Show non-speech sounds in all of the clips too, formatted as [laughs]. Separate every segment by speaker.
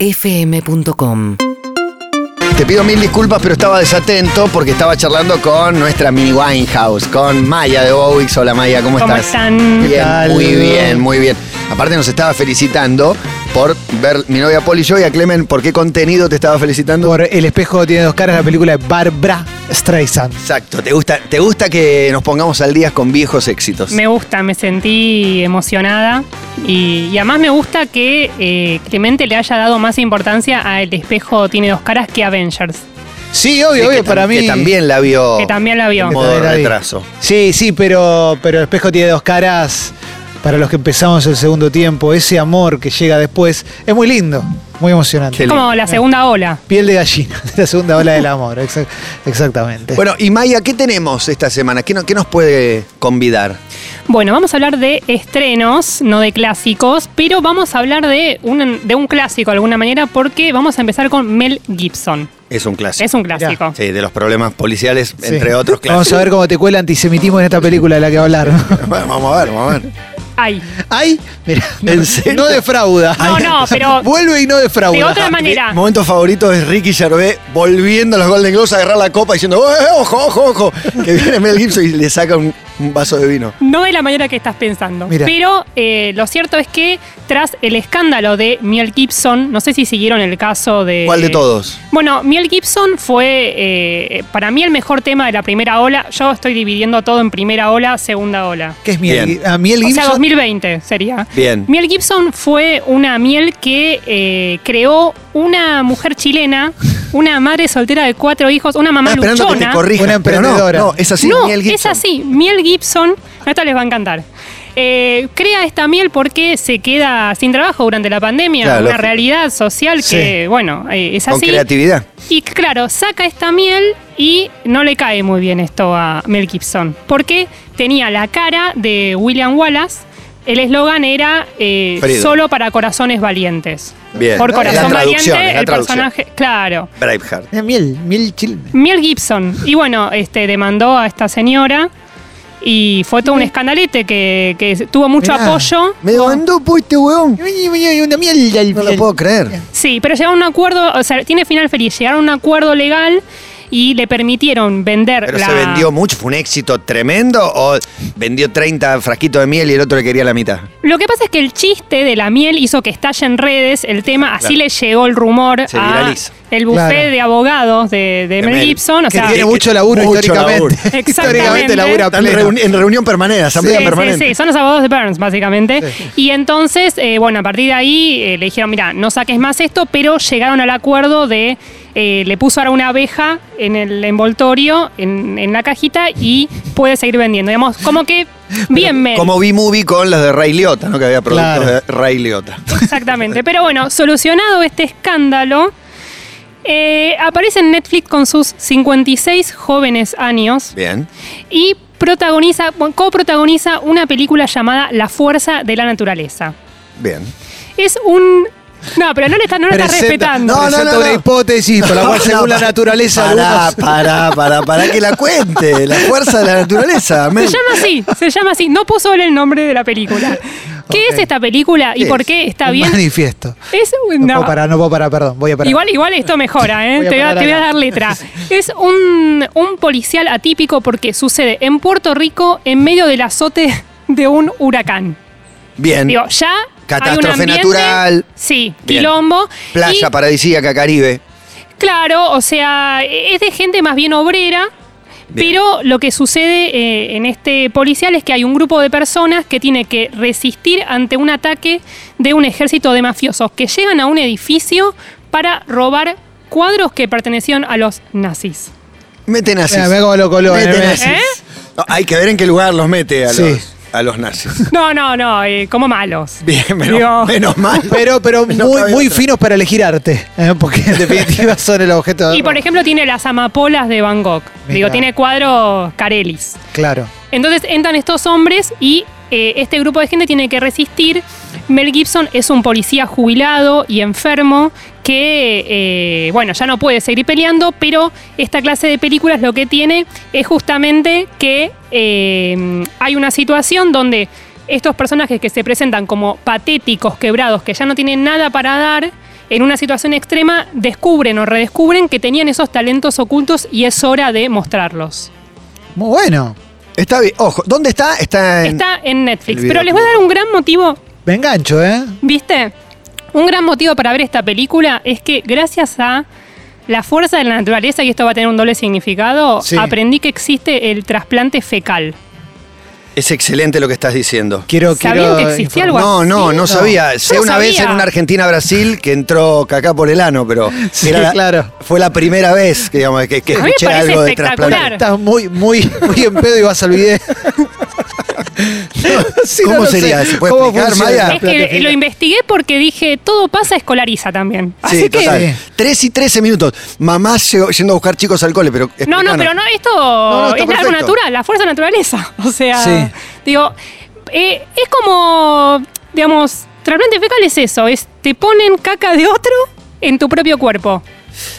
Speaker 1: UrbanaPlayFM.com
Speaker 2: Te pido mil disculpas, pero estaba desatento porque estaba charlando con nuestra mini Winehouse, con Maya de Bowix. Hola Maya, ¿cómo,
Speaker 3: ¿Cómo
Speaker 2: estás?
Speaker 3: están?
Speaker 2: Bien,
Speaker 4: tal?
Speaker 2: muy bien, muy bien. Aparte nos estaba felicitando por ver mi novia Poli y yo y a Clemen, ¿por qué contenido te estaba felicitando?
Speaker 4: Por El espejo tiene dos caras, la película de Barbara Streisand.
Speaker 2: Exacto, te gusta, te gusta que nos pongamos al día con viejos éxitos.
Speaker 3: Me gusta, me sentí emocionada y, y además me gusta que eh, Clemente le haya dado más importancia a El espejo tiene dos caras que Avengers,
Speaker 4: Sí,
Speaker 2: Sí,
Speaker 4: obvio,
Speaker 2: que
Speaker 4: obvio,
Speaker 2: tam-
Speaker 4: para mí.
Speaker 2: Que también la vio.
Speaker 3: que también la vio.
Speaker 2: en modo
Speaker 4: Era ahí.
Speaker 2: retraso.
Speaker 4: Sí, sí, pero, pero El espejo tiene dos caras. Para los que empezamos el segundo tiempo, ese amor que llega después es muy lindo, muy emocionante.
Speaker 2: Qué
Speaker 3: Es como la segunda ola.
Speaker 4: Piel de gallina, [laughs] la segunda ola del amor, exa- exactamente.
Speaker 2: Bueno, y Maya, ¿qué tenemos esta semana? ¿Qué, no- qué nos puede convidar?
Speaker 3: Bueno, vamos a hablar de estrenos, no de clásicos, pero vamos a hablar de un, de un clásico de alguna manera porque vamos a empezar con Mel Gibson.
Speaker 2: Es un clásico.
Speaker 3: Es un clásico.
Speaker 2: Sí, de los problemas policiales,
Speaker 4: Sí.
Speaker 2: entre otros
Speaker 4: Vamos a
Speaker 2: clásicos.
Speaker 4: ver cómo te cuela antisemitismo en esta película de la que hablaron.
Speaker 2: [laughs] Bueno, Vamos a ver, vamos a ver.
Speaker 3: Ay,
Speaker 4: Ay, mira, no,
Speaker 2: ¿En serio?
Speaker 4: no defrauda.
Speaker 3: No,
Speaker 4: [laughs]
Speaker 3: no, pero-
Speaker 4: Vuelve y no defrauda.
Speaker 3: de otra manera.
Speaker 2: Mi momento favorito es Ricky Gervais volviendo a los Golden Globes a agarrar la copa diciendo, "Eh, ojo, ojo, ojo, que viene Mel Gibson y le saca un, un vaso de vino.
Speaker 3: No de la manera que estás pensando.
Speaker 4: Mira.
Speaker 3: Pero eh, lo cierto es que tras el escándalo de Miel Gibson, no sé si siguieron el caso de...
Speaker 2: ¿Cuál de todos?
Speaker 3: Bueno, Miel Gibson fue eh, para mí el mejor tema de la primera ola. Yo estoy dividiendo todo en primera ola, segunda ola.
Speaker 4: ¿Qué es miel?
Speaker 2: Bien.
Speaker 4: ¿A miel
Speaker 3: O
Speaker 4: Gibson?
Speaker 3: sea, 2020 sería.
Speaker 2: Bien.
Speaker 3: Miel Gibson fue una miel que eh, creó una mujer chilena, una madre soltera de cuatro hijos, una mamá
Speaker 2: Estaba Ah, esperando que te
Speaker 3: luchona.
Speaker 2: corrija.
Speaker 4: Una
Speaker 2: pero no,
Speaker 4: emprendedora.
Speaker 2: No, es así,
Speaker 3: no,
Speaker 2: Mel
Speaker 3: es
Speaker 2: Gibson.
Speaker 3: así. Miel Gibson, esta les va a encantar. Eh, crea esta miel porque se queda sin trabajo durante la pandemia,
Speaker 2: Claro,
Speaker 3: una
Speaker 2: lógico.
Speaker 3: realidad social que,
Speaker 4: Sí.
Speaker 3: bueno, eh, es
Speaker 2: Con
Speaker 3: así.
Speaker 2: creatividad.
Speaker 3: Y claro, saca esta miel y no le cae muy bien esto a Mel Gibson, porque tenía la cara de William Wallace. El eslogan era eh,
Speaker 2: Freedom.
Speaker 3: solo para corazones valientes.
Speaker 2: Bien.
Speaker 3: Por
Speaker 2: Es
Speaker 3: corazón
Speaker 2: la traducción,
Speaker 3: valiente,
Speaker 2: es la
Speaker 3: el
Speaker 2: traducción.
Speaker 3: personaje. Claro.
Speaker 2: Braveheart.
Speaker 4: Eh, miel, miel chilena.
Speaker 3: Miel Gibson. Y bueno, este demandó a esta señora y fue todo un escandalete que, que tuvo mucho
Speaker 4: Mirá.
Speaker 3: apoyo.
Speaker 2: Me mandó pues este huevón.
Speaker 4: Una miel al
Speaker 2: No lo
Speaker 4: final.
Speaker 2: puedo creer.
Speaker 3: Sí, pero llegaron a un acuerdo, o sea, tiene final feliz, llegaron a un acuerdo legal y le permitieron vender
Speaker 2: Pero
Speaker 3: la...
Speaker 2: se vendió mucho, fue un éxito tremendo o vendió 30 frasquitos de miel y el otro le quería la mitad.
Speaker 3: Lo que pasa es que el chiste de la miel hizo que estalle en redes el tema, así le llegó el rumor
Speaker 2: Se
Speaker 3: a
Speaker 2: viraliza.
Speaker 3: el buffet
Speaker 4: Claro.
Speaker 3: de abogados de, de
Speaker 2: De
Speaker 3: Eh, Mel
Speaker 2: Mel.
Speaker 3: Gibson, o
Speaker 4: Que
Speaker 3: sea,
Speaker 4: tiene mucho laburo
Speaker 2: Mucho
Speaker 4: [laughs] históricamente.
Speaker 2: laburo.
Speaker 4: históricamente labura
Speaker 2: Están
Speaker 4: pleno.
Speaker 2: reuni- en reunión permanente, asamblea
Speaker 3: Sí, sí,
Speaker 2: permanente.
Speaker 3: sí, son los abogados de Burns, básicamente. Y entonces, eh, bueno, a partir de ahí eh, le dijeron, mira, no saques más esto, pero llegaron al acuerdo de, eh, le puso ahora una abeja en el envoltorio, en, en la cajita, y puede seguir vendiendo. Digamos,
Speaker 2: [laughs]
Speaker 3: como que bien Mel.
Speaker 2: Como B-Movie con las de Ray Liotta, ¿no? Que había productos
Speaker 4: Claro.
Speaker 2: de Ray Liotta.
Speaker 3: Exactamente. Pero bueno, solucionado este escándalo, eh, aparece en Netflix con sus 56 jóvenes años
Speaker 2: Bien.
Speaker 3: y protagoniza, bueno, coprotagoniza una película llamada La Fuerza de la Naturaleza.
Speaker 2: Bien.
Speaker 3: Es un. No, pero no le está- no lo estás
Speaker 4: Presenta-
Speaker 3: respetando.
Speaker 2: No,
Speaker 4: No, no,
Speaker 2: no,
Speaker 4: una
Speaker 2: no.
Speaker 4: hipótesis
Speaker 2: [laughs]
Speaker 4: por la cual según la naturaleza
Speaker 2: Pará,
Speaker 4: algunos-
Speaker 2: pará, pará, pará que la cuente. La fuerza de la naturaleza.
Speaker 3: Se
Speaker 2: men.
Speaker 3: llama así, se llama así. No puso él el nombre de la película. ¿Qué es esta película y
Speaker 2: ¿Qué
Speaker 3: por
Speaker 2: es?
Speaker 3: qué está
Speaker 4: un
Speaker 3: bien?
Speaker 4: manifiesto.
Speaker 3: Es un-
Speaker 4: No,
Speaker 3: no.
Speaker 4: puedo parar, no puedo parar, perdón. Voy a parar.
Speaker 3: Igual, igual esto mejora, ¿eh?
Speaker 4: Voy a
Speaker 3: te, voy a,
Speaker 4: parar
Speaker 3: te voy a
Speaker 4: acá.
Speaker 3: dar letra. Es un, un policial atípico porque sucede en Puerto Rico en medio del azote de un huracán.
Speaker 2: Bien.
Speaker 3: Digo, ya.
Speaker 2: Catástrofe
Speaker 3: hay un ambiente-
Speaker 2: natural.
Speaker 3: Sí,
Speaker 2: Bien.
Speaker 3: quilombo.
Speaker 2: Playa
Speaker 3: Y,
Speaker 2: paradisíaca, Caribe.
Speaker 3: Claro, o sea, es de gente más bien obrera.
Speaker 2: Bien.
Speaker 3: Pero lo que sucede eh, en este policial es que hay un grupo de personas que tiene que resistir ante un ataque de un ejército de mafiosos que llegan a un edificio para robar cuadros que pertenecían a los nazis.
Speaker 2: Meten nazis.
Speaker 4: Mira, mira cómo lo coló,
Speaker 2: Meten
Speaker 4: eh,
Speaker 2: nazis.
Speaker 3: ¿Eh?
Speaker 2: No, hay que ver en qué lugar los mete a,
Speaker 4: Sí.
Speaker 2: los, a los nazis. [laughs]
Speaker 3: No, no, no, eh, como malos.
Speaker 2: Bien, menos,
Speaker 3: Digo,
Speaker 2: menos mal.
Speaker 4: Pero, pero
Speaker 2: [laughs] No
Speaker 4: muy,
Speaker 2: cabe
Speaker 4: muy
Speaker 2: otra.
Speaker 4: finos para elegir arte. eh, porque
Speaker 2: [laughs]
Speaker 4: en definitiva son el objeto.
Speaker 3: Y por ejemplo tiene las amapolas de Van Gogh.
Speaker 4: Mirá.
Speaker 3: Digo, tiene cuadros Carelis.
Speaker 4: Claro.
Speaker 3: Entonces entran estos hombres y eh, este grupo de gente tiene que resistir. Mel Gibson es un policía jubilado y enfermo que, eh, bueno, ya no puede seguir peleando, pero esta clase de películas lo que tiene es justamente que eh, hay una situación donde estos personajes que se presentan como patéticos, quebrados, que ya no tienen nada para dar, en una situación extrema descubren o redescubren que tenían esos talentos ocultos y es hora de mostrarlos.
Speaker 4: Muy bueno.
Speaker 2: Está bien. Ojo, ¿dónde está? Está en.
Speaker 3: Está en Netflix,
Speaker 2: el
Speaker 3: pero les voy a dar un gran motivo,
Speaker 4: Me engancho, ¿eh?
Speaker 3: ¿viste? Un gran motivo para ver esta película es que gracias a la fuerza de la naturaleza, y esto va a tener un doble significado,
Speaker 4: Sí.
Speaker 3: aprendí que existe el trasplante fecal.
Speaker 2: Es excelente lo que estás diciendo.
Speaker 4: Quiero,
Speaker 3: ¿Sabían
Speaker 4: quiero
Speaker 3: que existía
Speaker 4: informar-
Speaker 2: No,
Speaker 3: algo
Speaker 2: no,
Speaker 3: así?
Speaker 2: no sabía.
Speaker 3: Yo
Speaker 2: Sé
Speaker 3: no
Speaker 2: una vez
Speaker 3: sabía.
Speaker 2: en una Argentina-Brasil que entró Cacá por el ano, pero
Speaker 4: Sí,
Speaker 2: era la-
Speaker 4: claro.
Speaker 2: fue la primera vez que, digamos, que, que
Speaker 3: A mí me
Speaker 2: escuché
Speaker 3: parece
Speaker 2: algo de
Speaker 3: espectacular.
Speaker 2: trasplante.
Speaker 4: Estás muy, muy, muy en pedo y vas
Speaker 2: [laughs]
Speaker 4: al video. [laughs] Sí,
Speaker 2: ¿Cómo
Speaker 4: no lo
Speaker 2: sería?
Speaker 4: sé.
Speaker 2: ¿Se puede
Speaker 4: ¿Cómo
Speaker 2: explicar,
Speaker 4: funciona?
Speaker 2: Maya?
Speaker 3: Es que lo investigué porque dije, todo pasa escolariza también. Así
Speaker 2: Sí,
Speaker 3: que.
Speaker 2: total. 3 y 13 minutos. Mamá llegó- yendo a buscar chicos al cole, pero.
Speaker 3: No, no,
Speaker 2: explícanos.
Speaker 3: pero no, esto
Speaker 2: no, está
Speaker 3: es algo
Speaker 2: perfecto.
Speaker 3: natural, la fuerza de la naturaleza. [laughs] O sea,
Speaker 4: Sí.
Speaker 3: digo, eh, es como, digamos, trasplante fecal es eso, es te ponen caca de otro en tu propio cuerpo.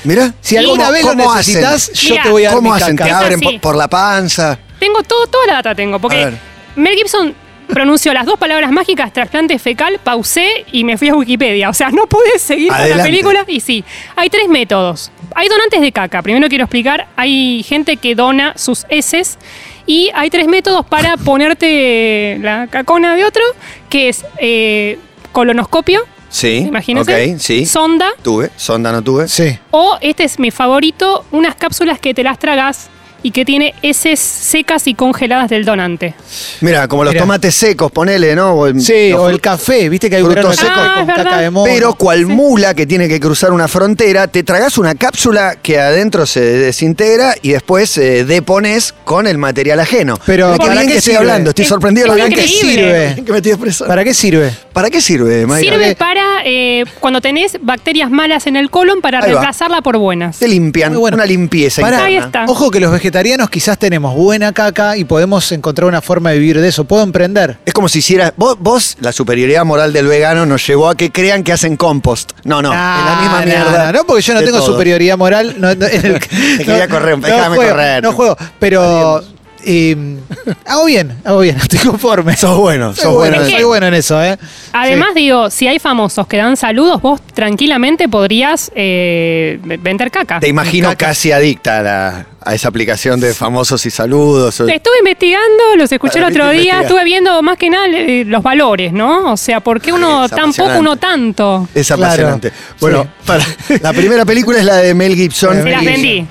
Speaker 2: Mirá,
Speaker 4: Si alguna
Speaker 2: ¿cómo-
Speaker 4: vez lo
Speaker 2: cómo hacen?
Speaker 4: necesitas, yo
Speaker 3: Mirá,
Speaker 4: te voy a dar
Speaker 2: ¿Cómo
Speaker 4: mi
Speaker 2: hacen? ¿Te
Speaker 4: caca.
Speaker 3: Es
Speaker 2: abren
Speaker 3: así.
Speaker 2: por, por la panza?
Speaker 3: Tengo todo, toda la data tengo,
Speaker 2: A
Speaker 3: porque
Speaker 2: ver.
Speaker 3: Mel Gibson pronunció las dos palabras mágicas, trasplante fecal, pausé y me fui a Wikipedia. O sea, no pude seguir con la
Speaker 2: Adelante.
Speaker 3: película. Y sí, hay tres métodos. Hay donantes de caca. Primero quiero explicar, hay gente que dona sus heces. Y hay tres métodos
Speaker 2: [laughs]
Speaker 3: para ponerte la cacona de otro, que es eh, colonoscopio,
Speaker 2: Sí.
Speaker 3: imagínense,
Speaker 2: Ok, sí.
Speaker 3: sonda,
Speaker 2: Tuve, sonda no tuve.
Speaker 4: Sí.
Speaker 3: o este es mi favorito, unas cápsulas que te las tragas y que tiene heces secas y congeladas del donante.
Speaker 2: Mira, como los
Speaker 4: Mirá.
Speaker 2: tomates secos, ponele, ¿no? O el-
Speaker 4: Sí,
Speaker 2: los
Speaker 4: o el
Speaker 2: frutos.
Speaker 4: café, viste que hay un
Speaker 2: frutos
Speaker 4: grano de
Speaker 2: secos.
Speaker 4: café
Speaker 3: Ah, es
Speaker 4: con caca
Speaker 3: verdad.
Speaker 4: de mono.
Speaker 2: Pero cual mula que tiene que cruzar una frontera, te tragás una cápsula que adentro se desintegra y después eh, depones con el material ajeno.
Speaker 4: Pero,
Speaker 2: Mirá qué
Speaker 4: ¿para
Speaker 2: bien
Speaker 4: qué
Speaker 2: que estoy
Speaker 4: sirve?
Speaker 2: hablando, estoy
Speaker 3: Es-
Speaker 2: sorprendido de lo
Speaker 3: es
Speaker 2: bien que
Speaker 3: increíble.
Speaker 2: sirve. Que me estoy expresando. ¿Para,
Speaker 4: ¿Para qué sirve?
Speaker 2: para qué sirve, Mayra?
Speaker 3: Sirve
Speaker 2: ¿Qué-
Speaker 3: para eh, cuando tenés bacterias malas en el colon para
Speaker 2: Ahí va.
Speaker 3: reemplazarla por buenas.
Speaker 2: Te limpian,
Speaker 4: Muy bueno.
Speaker 2: una limpieza
Speaker 4: Pará.
Speaker 2: interna.
Speaker 3: Ahí está.
Speaker 4: Ojo que los vegetarianos quizás tenemos buena caca y podemos encontrar una forma de vivir de eso. Puedo emprender.
Speaker 2: Es como si hicieras. Vos, vos, la superioridad moral del vegano nos llevó a que crean que hacen compost. No, no, es la misma
Speaker 4: Ah, no,
Speaker 2: mierda.
Speaker 4: No, no, porque yo no
Speaker 2: de
Speaker 4: tengo
Speaker 2: todo.
Speaker 4: superioridad moral. No,
Speaker 2: [laughs]
Speaker 4: no, en el-
Speaker 2: Te quería correr, déjame
Speaker 4: juego,
Speaker 2: correr.
Speaker 4: No juego, pero eh, hago bien, hago bien, [laughs] estoy conforme.
Speaker 2: Sos bueno,
Speaker 4: soy
Speaker 2: sos bueno. Ah,
Speaker 4: bueno,
Speaker 3: en
Speaker 4: soy
Speaker 3: eso.
Speaker 4: bueno en eso, ¿eh?
Speaker 3: Además, digo, si hay famosos que dan saludos, vos tranquilamente podrías eh, ve- vender caca.
Speaker 2: Te imagino casi adicta a, la- a esa aplicación de famosos y saludos. o-
Speaker 3: Estuve investigando, los escuché el
Speaker 2: Para mí
Speaker 3: otro
Speaker 2: te
Speaker 3: día,
Speaker 2: investiga.
Speaker 3: estuve viendo más que nada eh, los valores, ¿no? O sea, ¿por qué uno
Speaker 2: Es
Speaker 3: tan poco,
Speaker 2: apasionante.
Speaker 3: uno tanto?
Speaker 2: Es
Speaker 4: Claro.
Speaker 2: apasionante. Bueno,
Speaker 4: Sí. [laughs]
Speaker 2: para- la primera película es la de Mel Gibson.
Speaker 4: Se
Speaker 3: las vendí,
Speaker 2: Sí,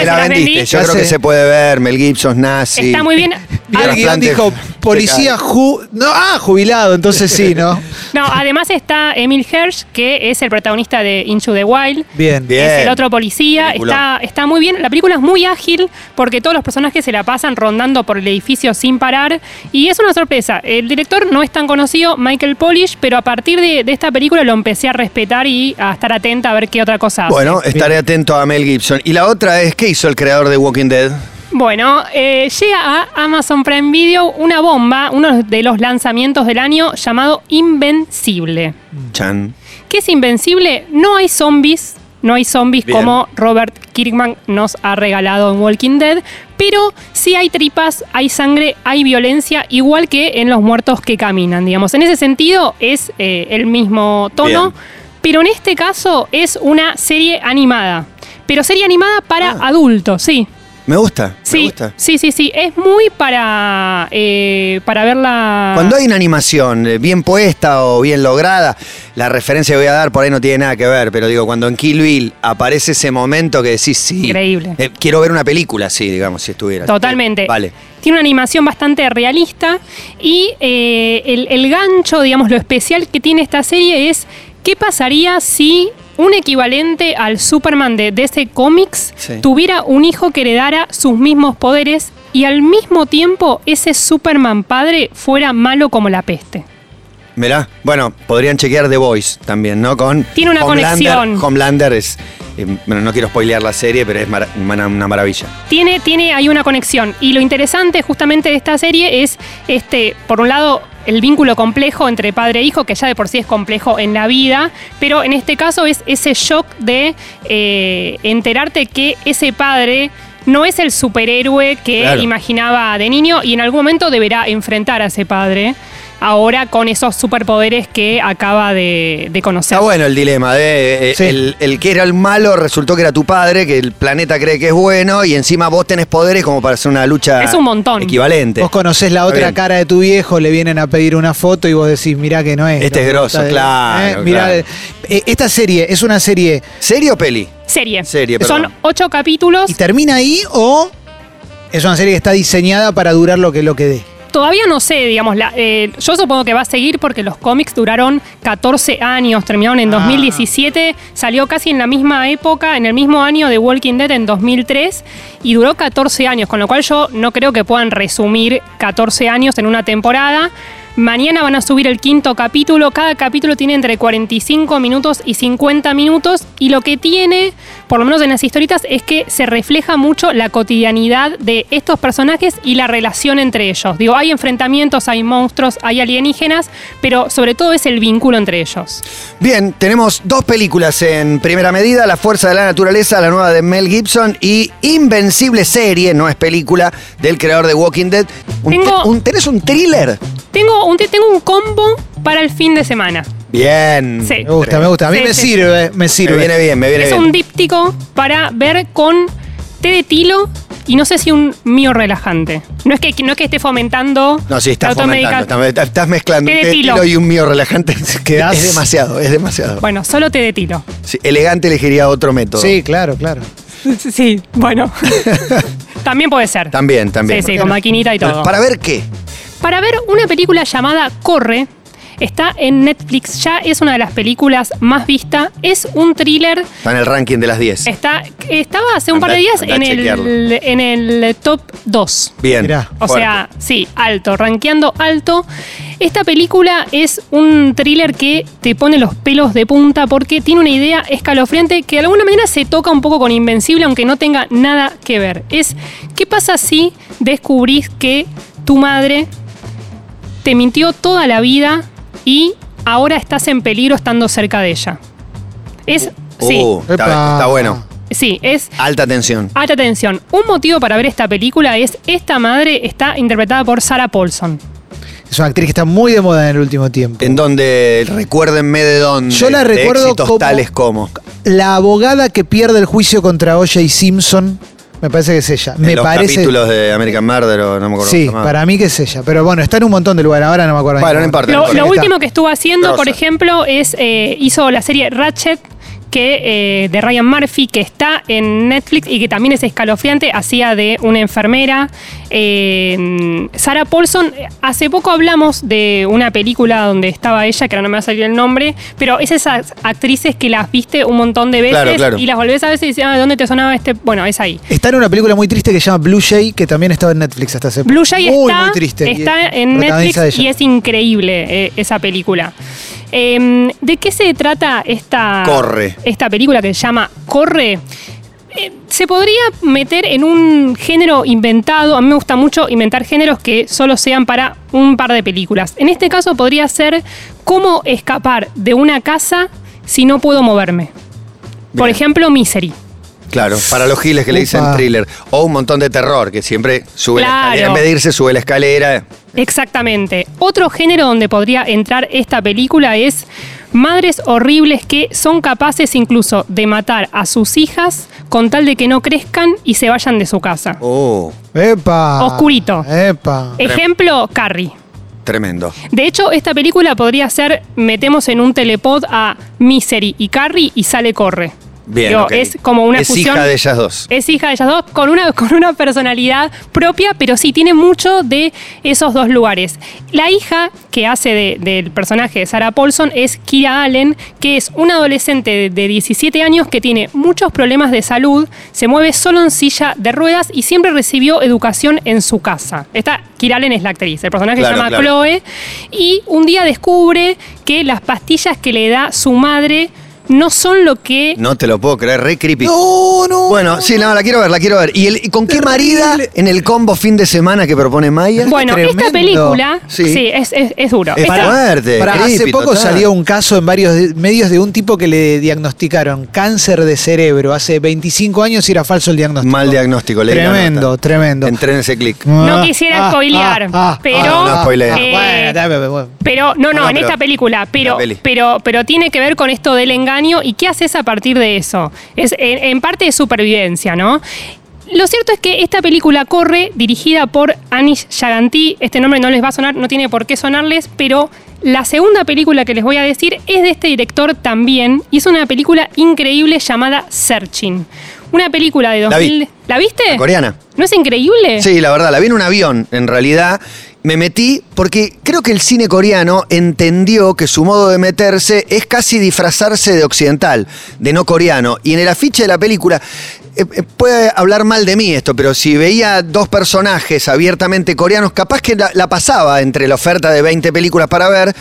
Speaker 2: te
Speaker 3: se
Speaker 2: la
Speaker 3: las vendí.
Speaker 2: vendiste. Yo
Speaker 4: Ya
Speaker 2: creo que
Speaker 4: sé.
Speaker 2: se puede ver. Mel Gibson, nazi.
Speaker 3: Está muy bien.
Speaker 4: Vi
Speaker 2: Ah,
Speaker 4: el guión,
Speaker 2: trasplante
Speaker 4: dijo policía ju no, ah, jubilado, entonces
Speaker 2: [laughs]
Speaker 4: sí, ¿no?
Speaker 3: No, además está Emil Hirsch, que es el protagonista de Into the Wild.
Speaker 4: Bien.
Speaker 2: Bien.
Speaker 3: Es el otro policía,
Speaker 2: Peliculón.
Speaker 3: está, está muy bien. La película es muy ágil porque todos los personajes se la pasan rondando por el edificio sin parar. Y es una sorpresa. El director no es tan conocido, Michael Polish, pero a partir de, de esta película lo empecé a respetar y a estar atenta a ver qué otra cosa hace.
Speaker 2: Bueno, estaré atento a Mel Gibson. Y la otra es, ¿qué hizo el creador de Walking Dead?
Speaker 3: Bueno, eh, llega a Amazon Prime Video una bomba, uno de los lanzamientos del año llamado Invencible.
Speaker 2: Chan.
Speaker 3: ¿Qué es Invencible? No hay zombies, no hay zombies
Speaker 2: Bien.
Speaker 3: como Robert Kirkman nos ha regalado en Walking Dead, pero sí hay tripas, hay sangre, hay violencia, igual que en Los Muertos que Caminan, digamos. En ese sentido es eh, el mismo tono,
Speaker 2: Bien.
Speaker 3: pero en este caso es una serie animada. Pero serie animada para
Speaker 2: Ah.
Speaker 3: adultos, sí.
Speaker 2: Me gusta, me
Speaker 3: Sí,
Speaker 2: gusta.
Speaker 3: sí, sí, sí. Es muy para, eh, para verla.
Speaker 2: Cuando hay una animación eh, bien puesta o bien lograda, la referencia que voy a dar por ahí no tiene nada que ver, pero digo, cuando en Kill Bill aparece ese momento que decís, sí.
Speaker 3: Increíble.
Speaker 2: eh, quiero ver una película, sí, digamos, si estuviera.
Speaker 3: Totalmente.
Speaker 2: Eh, Vale.
Speaker 3: Tiene una animación bastante realista y eh, el, el gancho, digamos, lo especial que tiene esta serie es qué pasaría si un equivalente al Superman de DC Comics
Speaker 2: Sí.
Speaker 3: tuviera un hijo que heredara sus mismos poderes y al mismo tiempo ese Superman padre fuera malo como la peste.
Speaker 2: Mirá, bueno, podrían chequear The Voice también, ¿no? Con
Speaker 3: Tiene una
Speaker 2: Homelander.
Speaker 3: conexión.
Speaker 2: Homelander es, eh, bueno, no quiero spoilear la serie, pero es mara- una una maravilla.
Speaker 3: tiene, tiene ahí una conexión. Y lo interesante justamente de esta serie es, este, por un lado, el vínculo complejo entre padre e hijo, que ya de por sí es complejo en la vida, pero en este caso es ese shock de eh, enterarte que ese padre no es el superhéroe que
Speaker 2: Claro.
Speaker 3: imaginaba de niño y en algún momento deberá enfrentar a ese padre. ahora con esos superpoderes que acaba de, de conocer.
Speaker 2: Está bueno el dilema de eh,
Speaker 4: Sí.
Speaker 2: el, el que era el malo resultó que era tu padre, que el planeta cree que es bueno y encima vos tenés poderes como para hacer una lucha
Speaker 3: Es un montón.
Speaker 2: equivalente.
Speaker 4: Vos conocés la
Speaker 2: Está
Speaker 4: otra
Speaker 2: bien.
Speaker 4: cara de tu viejo, le vienen a pedir una foto y vos decís, mirá que no es.
Speaker 2: Este es
Speaker 4: loco,
Speaker 2: grosso,
Speaker 4: está de-
Speaker 2: claro,
Speaker 4: Mirá,
Speaker 2: claro.
Speaker 4: eh, esta serie es una serie
Speaker 2: ¿Serio, Peli?
Speaker 3: Serie.
Speaker 2: Serie, perdón.
Speaker 3: Son ocho capítulos.
Speaker 4: y termina ahí o es una serie que está diseñada para durar lo que lo que dé.
Speaker 3: Todavía no sé, digamos, la- eh, yo supongo que va a seguir porque los cómics duraron 14 años, terminaron en
Speaker 4: Ah.
Speaker 3: 2017, salió casi en la misma época, en el mismo año de Walking Dead en 2003 y duró 14 años, con lo cual yo no creo que puedan resumir 14 años en una temporada. Mañana van a subir el quinto capítulo, cada capítulo tiene entre 45 minutos y 50 minutos y lo que tiene, por lo menos en las historietas, es que se refleja mucho la cotidianidad de estos personajes y la relación entre ellos. Digo, hay enfrentamientos, hay monstruos, hay alienígenas, pero sobre todo es el vínculo entre ellos.
Speaker 2: Bien, tenemos dos películas en primera medida, La Fuerza de la Naturaleza, la nueva de Mel Gibson, y Invencible Serie, no es película, del creador de Walking Dead. Un
Speaker 3: Tengo-
Speaker 2: tr- un- ¿Tenés un thriller?
Speaker 3: Tengo un, tengo un combo para el fin de semana.
Speaker 2: Bien.
Speaker 3: Sí.
Speaker 4: Me gusta, me gusta. A mí
Speaker 3: Sí,
Speaker 4: me
Speaker 3: sí,
Speaker 4: sirve, me
Speaker 2: Me
Speaker 4: sirve.
Speaker 2: viene bien, me viene
Speaker 3: Es
Speaker 2: bien.
Speaker 3: un díptico para ver con té de tilo y no sé si un mío relajante. No es que, no es que esté fomentando
Speaker 2: No, sí, estás
Speaker 3: la
Speaker 2: fomentando.
Speaker 3: automedica-
Speaker 2: Estás, estás mezclando
Speaker 3: Té
Speaker 2: un
Speaker 3: de
Speaker 2: té de
Speaker 3: tilo.
Speaker 2: tilo y un mío relajante.
Speaker 4: [laughs] Quedás-
Speaker 2: Es demasiado, es demasiado.
Speaker 3: Bueno, solo té de tilo.
Speaker 2: Sí, elegante elegiría otro método.
Speaker 4: Sí, claro, claro.
Speaker 3: [laughs] Sí, bueno. [laughs] También puede ser.
Speaker 2: También, también.
Speaker 3: Sí, sí, con maquinita y todo.
Speaker 2: ¿Para ver qué?
Speaker 3: Para ver una película llamada Corre, está en Netflix, ya es una de las películas más vistas, es un thriller,
Speaker 2: Está en el ranking de las 10.
Speaker 3: está, estaba hace un
Speaker 2: Andá-
Speaker 3: par de días
Speaker 2: andá a
Speaker 3: en el,
Speaker 2: chequearlo.
Speaker 3: en el top 2.
Speaker 2: Bien.
Speaker 4: Mirá.
Speaker 3: O
Speaker 2: Fuerte.
Speaker 3: sea, sí, alto, rankeando alto. Esta película es un thriller que te pone los pelos de punta porque tiene una idea escalofriante que de alguna manera se toca un poco con Invencible, aunque no tenga nada que ver. Es, ¿qué pasa si descubrís que tu madre te mintió toda la vida y ahora estás en peligro estando cerca de ella? Es, sí,
Speaker 2: Uh, está,
Speaker 4: Epa.
Speaker 2: está bueno.
Speaker 3: sí, es
Speaker 2: Alta tensión.
Speaker 3: Alta atención, un motivo para ver esta película es esta madre está interpretada por Sarah Paulson.
Speaker 4: Es una actriz que está muy de moda en el último tiempo.
Speaker 2: En donde, recuérdenme de dónde.
Speaker 4: Yo la
Speaker 2: de
Speaker 4: recuerdo
Speaker 2: éxitos
Speaker 4: como-
Speaker 2: tales como.
Speaker 4: La abogada que pierde el juicio contra OJ Simpson, me parece que es ella.
Speaker 2: en
Speaker 4: Me
Speaker 2: los
Speaker 4: parece.
Speaker 2: capítulos de American Murder o no me acuerdo.
Speaker 4: Sí,
Speaker 2: cómo se llama.
Speaker 4: para mí que es ella. Pero bueno, está en un montón de lugares. Ahora no me acuerdo.
Speaker 2: Bueno,
Speaker 4: ni
Speaker 2: no
Speaker 4: cómo.
Speaker 2: importa.
Speaker 3: Lo,
Speaker 2: Ahí
Speaker 3: lo
Speaker 2: está.
Speaker 3: último que estuvo haciendo, por
Speaker 2: Grosa.
Speaker 3: ejemplo, es eh, hizo la serie Ratchet que eh, de Ryan Murphy que está en Netflix y que también es escalofriante, hacía de una enfermera. Eh, Sarah Paulson, hace poco hablamos de una película donde estaba ella, que ahora no me va a salir el nombre, pero es esas actrices que las viste un montón de veces
Speaker 2: Claro, claro.
Speaker 3: y las volvés a veces y dices, ah, ¿de dónde te sonaba este? Bueno, es ahí.
Speaker 4: Está en una película muy triste que se llama Blue Jay, que también estaba en Netflix hasta hace poco.
Speaker 3: Blue Jay
Speaker 4: muy,
Speaker 3: está,
Speaker 4: muy triste.
Speaker 3: está
Speaker 4: Y
Speaker 3: en
Speaker 4: protagoniza
Speaker 3: Netflix
Speaker 4: ella.
Speaker 3: y es increíble eh, esa película. Em, ¿De qué se trata esta,
Speaker 2: Corre.
Speaker 3: esta película que se llama Corre? Eh, Se podría meter en un género inventado. A mí me gusta mucho inventar géneros que solo sean para un par de películas. En este caso podría ser cómo escapar de una casa si no puedo moverme. Por
Speaker 2: Bien.
Speaker 3: ejemplo, Misery.
Speaker 2: Claro, para los giles que le dicen
Speaker 4: Upa.
Speaker 2: thriller. O un montón de terror, que siempre sube la
Speaker 3: Claro.
Speaker 2: escalera. En vez de irse, sube la escalera.
Speaker 3: Exactamente. Otro género donde podría entrar esta película es madres horribles que son capaces incluso de matar a sus hijas con tal de que no crezcan y se vayan de su casa.
Speaker 2: Oh,
Speaker 4: Epa.
Speaker 3: Oscurito.
Speaker 4: Epa.
Speaker 3: Ejemplo, Carrie.
Speaker 2: tremendo.
Speaker 3: De hecho, esta película podría ser metemos en un telepod a Misery y Carrie y sale corre.
Speaker 2: Bien.
Speaker 3: Digo,
Speaker 2: ok.
Speaker 3: Es como una
Speaker 2: Es
Speaker 3: fusión. ¿Eh?
Speaker 2: hija de ellas dos.
Speaker 3: Es hija de ellas dos con una, con una personalidad propia, pero sí tiene mucho de esos dos lugares. La hija que hace de- del personaje de Sarah Paulson es Kira Allen, que es una adolescente de, de 17 años que tiene muchos problemas de salud, se mueve solo en silla de ruedas y siempre recibió educación en su casa. Esta Kira Allen es la actriz, el personaje
Speaker 2: Claro,
Speaker 3: se llama
Speaker 2: claro.
Speaker 3: Chloe, y un día descubre que las pastillas que le da su madre no son lo que...
Speaker 2: No te lo puedo creer, re creepy.
Speaker 4: No, no.
Speaker 2: Bueno, sí, no, la quiero ver, la quiero ver. ¿Y, el- y con qué marida en el combo fin de semana que propone Maya?
Speaker 3: Bueno,
Speaker 4: tremendo.
Speaker 3: esta película,
Speaker 2: Sí.
Speaker 3: sí, es, es- es duro.
Speaker 2: Es
Speaker 3: Esta-
Speaker 2: fuerte.
Speaker 4: Pará, hace
Speaker 2: creepy,
Speaker 4: poco
Speaker 2: total.
Speaker 4: salió un caso en varios de- medios de un tipo que le diagnosticaron cáncer de cerebro. Hace 25 años y era falso el diagnóstico.
Speaker 2: Mal diagnóstico, leí la
Speaker 4: Tremendo,
Speaker 2: nota.
Speaker 4: tremendo.
Speaker 2: Entré en ese clic.
Speaker 3: No
Speaker 4: Ah,
Speaker 3: quisiera
Speaker 4: ah,
Speaker 3: spoilear,
Speaker 4: ah, ah,
Speaker 3: pero,
Speaker 2: ah, no spoilea.
Speaker 3: eh,
Speaker 4: bueno, dame, bueno.
Speaker 3: Pero, no, no,
Speaker 2: Bueno,
Speaker 3: en
Speaker 2: pero-
Speaker 3: esta película,
Speaker 2: la
Speaker 3: pero,
Speaker 2: peli.
Speaker 3: pero, pero tiene que ver con esto del engaño y qué haces a partir de eso. Es en, en parte de supervivencia, ¿no? Lo cierto es que esta película corre dirigida por Anish Chaganty. Este nombre no les va a sonar, no tiene por qué sonarles, pero la segunda película que les voy a decir es de este director también y es una película increíble llamada Searching. Una película de
Speaker 2: La vi.
Speaker 3: 2000. ¿La viste?
Speaker 2: La coreana.
Speaker 3: ¿No es increíble?
Speaker 2: Sí, la verdad, la vi en un avión, en realidad. Me metí porque creo que el cine coreano entendió que su modo de meterse es casi disfrazarse de occidental, de no coreano. Y en el afiche de la película, eh, eh, puede hablar mal de mí esto, pero si veía dos personajes abiertamente coreanos, capaz que la, la pasaba entre la oferta de 20 películas para ver,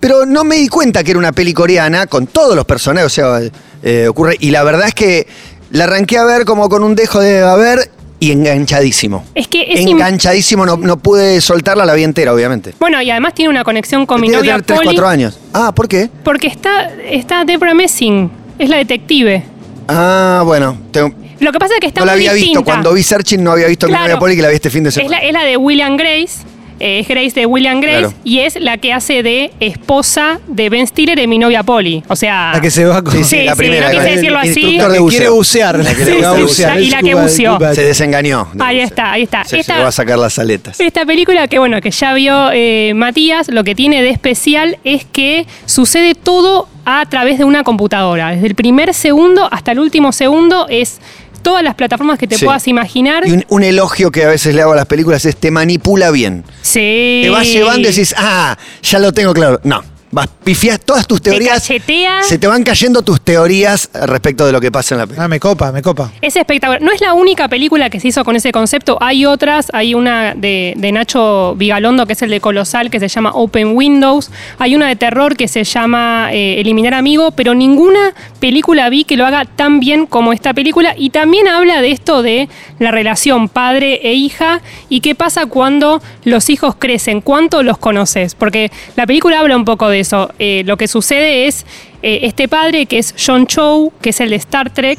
Speaker 2: pero no me di cuenta que era una peli coreana con todos los personajes, o sea, eh, ocurre. Y la verdad es que la arranqué a ver como con un dejo de a ver y enganchadísimo.
Speaker 3: Es que es im-
Speaker 2: Enganchadísimo, no, no pude soltarla la vida entera, obviamente.
Speaker 3: Bueno, y además tiene una conexión con mi
Speaker 2: Debe
Speaker 3: novia
Speaker 2: tener 3,
Speaker 3: Polly.
Speaker 2: 4 años. Ah, ¿por qué?
Speaker 3: Porque está, está Deborah Messing, es la detective.
Speaker 2: Ah, bueno. tengo-
Speaker 3: Lo que pasa es que está
Speaker 2: no la
Speaker 3: muy
Speaker 2: había
Speaker 3: distinta.
Speaker 2: visto. Cuando vi Searching no había visto mi
Speaker 3: Claro.
Speaker 2: novia Polly que la vi este fin de
Speaker 3: es
Speaker 2: semana.
Speaker 3: la, es la de William Grace, eh, es Grace de William Grace,
Speaker 2: Claro.
Speaker 3: y es la que hace de esposa de Ben Stiller en mi novia Polly. O sea.
Speaker 4: La que se va con...
Speaker 3: Ah. Sí, sí, no quise decirlo así.
Speaker 2: Instructor
Speaker 4: La
Speaker 2: de
Speaker 4: que quiere
Speaker 2: buceo.
Speaker 4: bucear.
Speaker 2: La que le
Speaker 3: Sí,
Speaker 2: va a
Speaker 3: sí,
Speaker 2: bucear.
Speaker 3: está- y la que buceó.
Speaker 2: Se desengañó. de
Speaker 3: Ahí
Speaker 2: buceo.
Speaker 3: está, ahí está.
Speaker 2: Se
Speaker 3: Esta-
Speaker 2: llegó a sacar las aletas.
Speaker 3: Esta película que bueno, que ya vio eh, Matías, lo que tiene de especial es que sucede todo a través de una computadora. Desde el primer segundo hasta el último segundo es todas las plataformas que te
Speaker 2: Sí.
Speaker 3: puedas imaginar.
Speaker 2: Y un, un elogio que a veces le hago a las películas es te manipula bien.
Speaker 3: Sí.
Speaker 2: Te vas llevando y decís, ah, ya lo tengo claro. No. Vas, pifiás todas tus teorías.
Speaker 3: cachetea.
Speaker 2: Se te van cayendo tus teorías respecto de lo que pasa en la película.
Speaker 4: Ah, me copa, me copa.
Speaker 3: Es espectacular. No es la única película que se hizo con ese concepto. Hay otras. Hay una de, de Nacho Vigalondo, que es el de Colosal, que se llama Open Windows. Hay una de terror que se llama eh, Eliminar Amigo. Pero ninguna película vi que lo haga tan bien como esta película. Y también habla de esto de la relación padre e hija y qué pasa cuando los hijos crecen, cuánto los conoces. Porque la película habla un poco de eso. Eh, lo que sucede es eh, este padre, que es John Cho, que es el de Star Trek,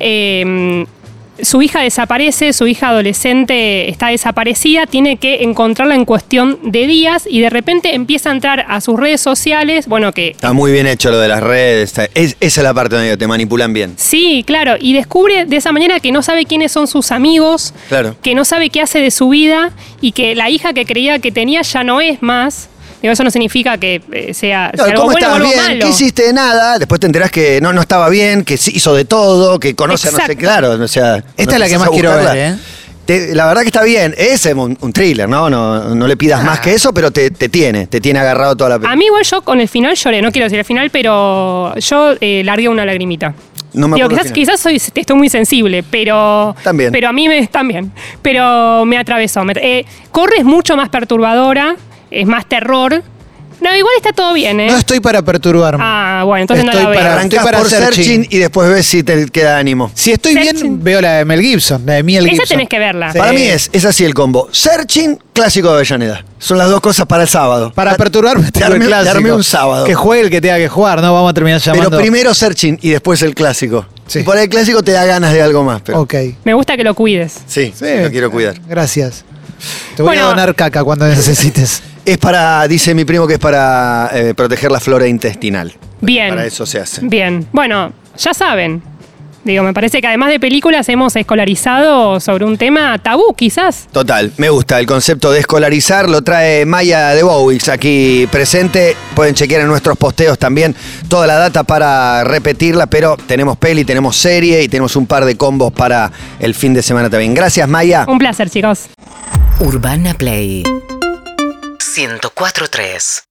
Speaker 3: eh, su hija desaparece, su hija adolescente está desaparecida, tiene que encontrarla en cuestión de días y de repente empieza a entrar a sus redes sociales, bueno, que
Speaker 2: Está muy bien hecho lo de las redes. está- es- esa es la parte donde te manipulan bien.
Speaker 3: Sí, claro, y descubre de esa manera que no sabe quiénes son sus amigos,
Speaker 2: Claro.
Speaker 3: que no sabe qué hace de su vida y que la hija que creía que tenía ya no es más. Digo, eso no significa que eh, sea, sea
Speaker 2: Claro,
Speaker 3: algo
Speaker 2: ¿Cómo
Speaker 3: bueno o
Speaker 2: estabas
Speaker 3: algo
Speaker 2: bien?
Speaker 3: malo.
Speaker 2: ¿Qué hiciste de nada? Después te enterás que no, no estaba bien, que sí hizo de todo, que conoce a no sé
Speaker 3: Exacto.
Speaker 2: claro. O sea, cuando
Speaker 4: es la que
Speaker 2: empezás
Speaker 4: más
Speaker 2: a
Speaker 4: quiero ver,
Speaker 2: buscarla,
Speaker 4: ¿eh?
Speaker 2: te- la verdad que está bien. Es un, un thriller, ¿no? ¿no? No le pidas más que eso, pero te, te tiene. Te tiene agarrado toda la
Speaker 3: Ah. A
Speaker 2: película.
Speaker 3: mí igual yo con el final lloré, no quiero decir el final, pero yo eh, largué una lagrimita.
Speaker 2: No me acuerdo
Speaker 3: Digo, quizás,
Speaker 2: el final.
Speaker 3: quizás soy, estoy muy sensible, pero.
Speaker 2: También.
Speaker 3: Pero a mí me. También. Pero me atravesó. Me- eh, Corre es mucho más perturbadora, es más terror. No, igual está todo bien, ¿eh?
Speaker 4: No estoy para perturbarme.
Speaker 3: Ah, bueno, entonces no
Speaker 4: Estoy
Speaker 3: la veo.
Speaker 4: para-
Speaker 2: Arrancás
Speaker 4: estoy
Speaker 2: por
Speaker 4: searching.
Speaker 2: searching y después ves si te queda ánimo.
Speaker 4: Si estoy bien,
Speaker 3: Searching.
Speaker 4: veo la de Mel Gibson, la de Mel
Speaker 3: Esa
Speaker 4: Gibson.
Speaker 3: tenés que verla. Eh,
Speaker 4: Sí.
Speaker 2: Para mí es, es así el combo. Searching, clásico de Avellaneda. Son las dos cosas para el sábado.
Speaker 4: Para perturbarme,
Speaker 2: te
Speaker 4: tengo el
Speaker 2: armé,
Speaker 4: clásico.
Speaker 2: te armé un sábado.
Speaker 4: Que juegue el que tenga que jugar, no vamos a terminar llamando.
Speaker 2: Pero primero Searching y después el clásico.
Speaker 4: Sí.
Speaker 2: Y por ahí el clásico te da ganas de algo más. Pero,
Speaker 4: Ok.
Speaker 3: Me gusta que lo cuides.
Speaker 2: Sí,
Speaker 4: Sí.
Speaker 2: lo quiero cuidar.
Speaker 4: Gracias. Te voy a
Speaker 3: Bueno.
Speaker 4: donar caca cuando necesites.
Speaker 2: Es para, dice mi primo que es para eh, proteger la flora intestinal.
Speaker 3: Bien.
Speaker 2: Para eso se hace.
Speaker 3: Bien. Bueno, ya saben. Digo, me parece que además de películas hemos escolarizado sobre un tema tabú, quizás.
Speaker 2: Total, me gusta el concepto de escolarizar, lo trae Maya de Bowix aquí presente. Pueden chequear en nuestros posteos también toda la data para repetirla, pero tenemos peli, tenemos serie y tenemos un par de combos para el fin de semana también. Gracias, Maya.
Speaker 3: Un placer, chicos.
Speaker 1: Urbana Play 104.3